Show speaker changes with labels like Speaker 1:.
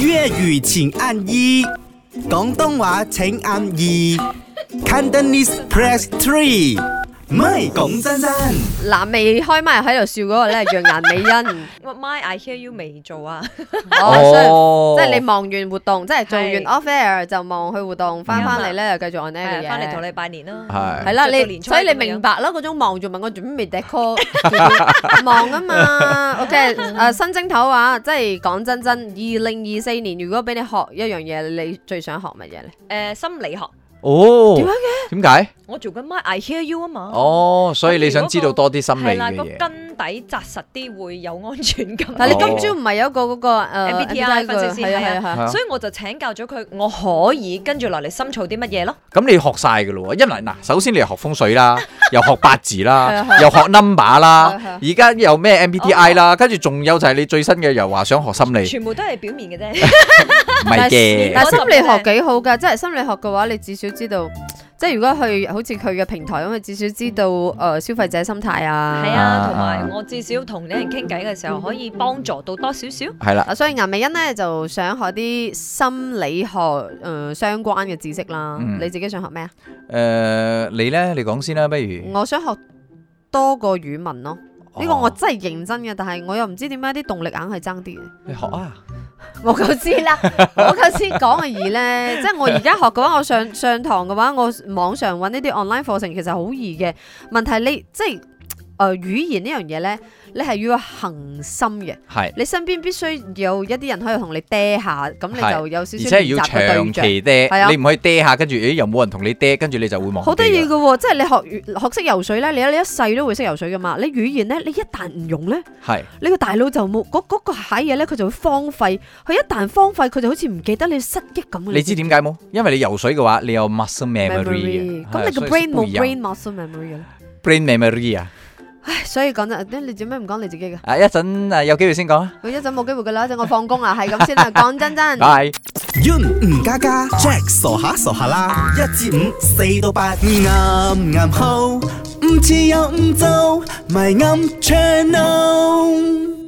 Speaker 1: 粤语请按一，广东话请按二，Cantonese press three。唔係講真真，
Speaker 2: 嗱，未開麥喺度笑嗰個咧，叫顏美 欣。What my I hear you 未做 啊？哦，
Speaker 3: 哦
Speaker 2: 所以即係你忙完活動，即係做
Speaker 4: 係
Speaker 2: 完 off air 就望去活動，翻翻嚟
Speaker 4: 嗯
Speaker 2: 咧就繼續 on 呢嘅
Speaker 4: 係
Speaker 2: 嘢。
Speaker 4: 翻嚟同你拜年啦，
Speaker 3: 係
Speaker 2: 啊係啦，
Speaker 4: 直到
Speaker 2: 你
Speaker 4: 年初
Speaker 2: 所以你
Speaker 4: 咁樣
Speaker 2: 明白啦，嗰種望住問我做咩未 d e c o 望啊嘛。OK，誒新蒸頭啊，即係講真真，二零二四年如果俾你學一樣嘢，你最想學乜嘢咧？
Speaker 4: 誒心理學，
Speaker 3: 哦，
Speaker 2: 點解
Speaker 3: 點解？
Speaker 4: 我做緊 my I hear you 啊嘛，
Speaker 3: 哦，所以你想知道多啲心理
Speaker 4: 係啦，
Speaker 3: 嘅
Speaker 4: 個
Speaker 3: 嘢。
Speaker 4: 根底紮實啲會有安全感。
Speaker 2: 但係
Speaker 3: 哦
Speaker 2: 你今朝唔係有一個嗰個誒
Speaker 4: MBTI 分析師
Speaker 2: 係啊係
Speaker 4: 係啊
Speaker 2: 啊係啊。
Speaker 3: 係啊
Speaker 4: 所以我就請教咗佢，我可以跟住落嚟深造啲乜嘢咯？
Speaker 3: 咁你學晒㗎咯喎，因為嗱，首先你又學風 水啦，又學八字
Speaker 2: 係
Speaker 3: 啦
Speaker 2: 啊係，啊
Speaker 3: 又學
Speaker 2: 係
Speaker 3: number
Speaker 2: 啊係
Speaker 3: 啦
Speaker 2: 啊，
Speaker 3: 而家又咩 MBTI 啦，跟住仲有就係你最新嘅又話想學心理，
Speaker 4: 全部都係表面嘅啫，
Speaker 3: 唔係嘅。
Speaker 2: 但係心理學幾好㗎，即係心理學嘅話，你至少知道，即係如果佢好似佢嘅平台咁，佢至少知道誒、呃消費者心態啊。
Speaker 4: 係
Speaker 3: 啊
Speaker 4: 啊，同埋我至少同啲人傾偈嘅時候可以幫助到多少少。
Speaker 3: 係啦，
Speaker 2: 啊，所以顏美欣咧就想學啲心理學誒、呃相關嘅知識啦。
Speaker 3: 嗯
Speaker 2: 你自己想學咩啊？
Speaker 3: 誒你咧，你講先啦，不如。
Speaker 2: 我想學多個語文咯。呢個我
Speaker 3: 哦
Speaker 2: 真係認真嘅，但係我又唔知點解啲動力硬係爭啲嘅。
Speaker 3: 你學啊，
Speaker 2: 我夠知 啦，我夠知講嘅易咧，即係我而家學嘅話，我上上堂嘅話，我網上揾呢啲 online 課程其實好易嘅。問題你即係誒、呃、語言呢樣嘢咧，你係要有恒心嘅，
Speaker 3: 係，
Speaker 2: 你身邊必須有一啲人可以同你嗲下，咁你
Speaker 3: 係
Speaker 2: 就有少
Speaker 3: 而
Speaker 2: 少
Speaker 3: 且
Speaker 2: 練
Speaker 3: 要
Speaker 2: 習
Speaker 3: 長
Speaker 2: 嘅對象。
Speaker 3: 期嗲，
Speaker 2: 係啊
Speaker 3: 你唔可以嗲下，跟住咦又冇人同你嗲，跟住你就會忘記
Speaker 2: 好得意嘅
Speaker 3: 㗎
Speaker 2: 喎，即係你學語學識游水咧，你你一世都會識游水噶嘛。你語言咧，你一旦唔用咧，
Speaker 3: 係
Speaker 2: 你個大腦就冇嗰嗰個蟹嘢咧，佢就會荒廢。佢一旦荒廢，佢就好似唔記得你失憶咁嘅。
Speaker 3: 你知點解冇？因為你游水嘅話，你有 muscle memory à. 嘅，
Speaker 2: 咁你
Speaker 3: 係
Speaker 2: 個
Speaker 3: 啊
Speaker 2: brain
Speaker 3: 所以
Speaker 2: 冇
Speaker 3: 是不一樣
Speaker 2: brain muscle memory 嘅咧？
Speaker 3: brain memory 啊！
Speaker 2: 唉，所以講真，你你做咩唔講你自己嘅？
Speaker 3: 啊，一陣啊有機會先講啊，
Speaker 2: 我一陣冇機會噶啦，一陣我放工啦，係咁先啦。講真真，
Speaker 3: 拜。
Speaker 1: Yun 吳家家，Jack 傻下傻下啦，一至五四到八，啱啱好，唔似有唔做，咪啱 channel。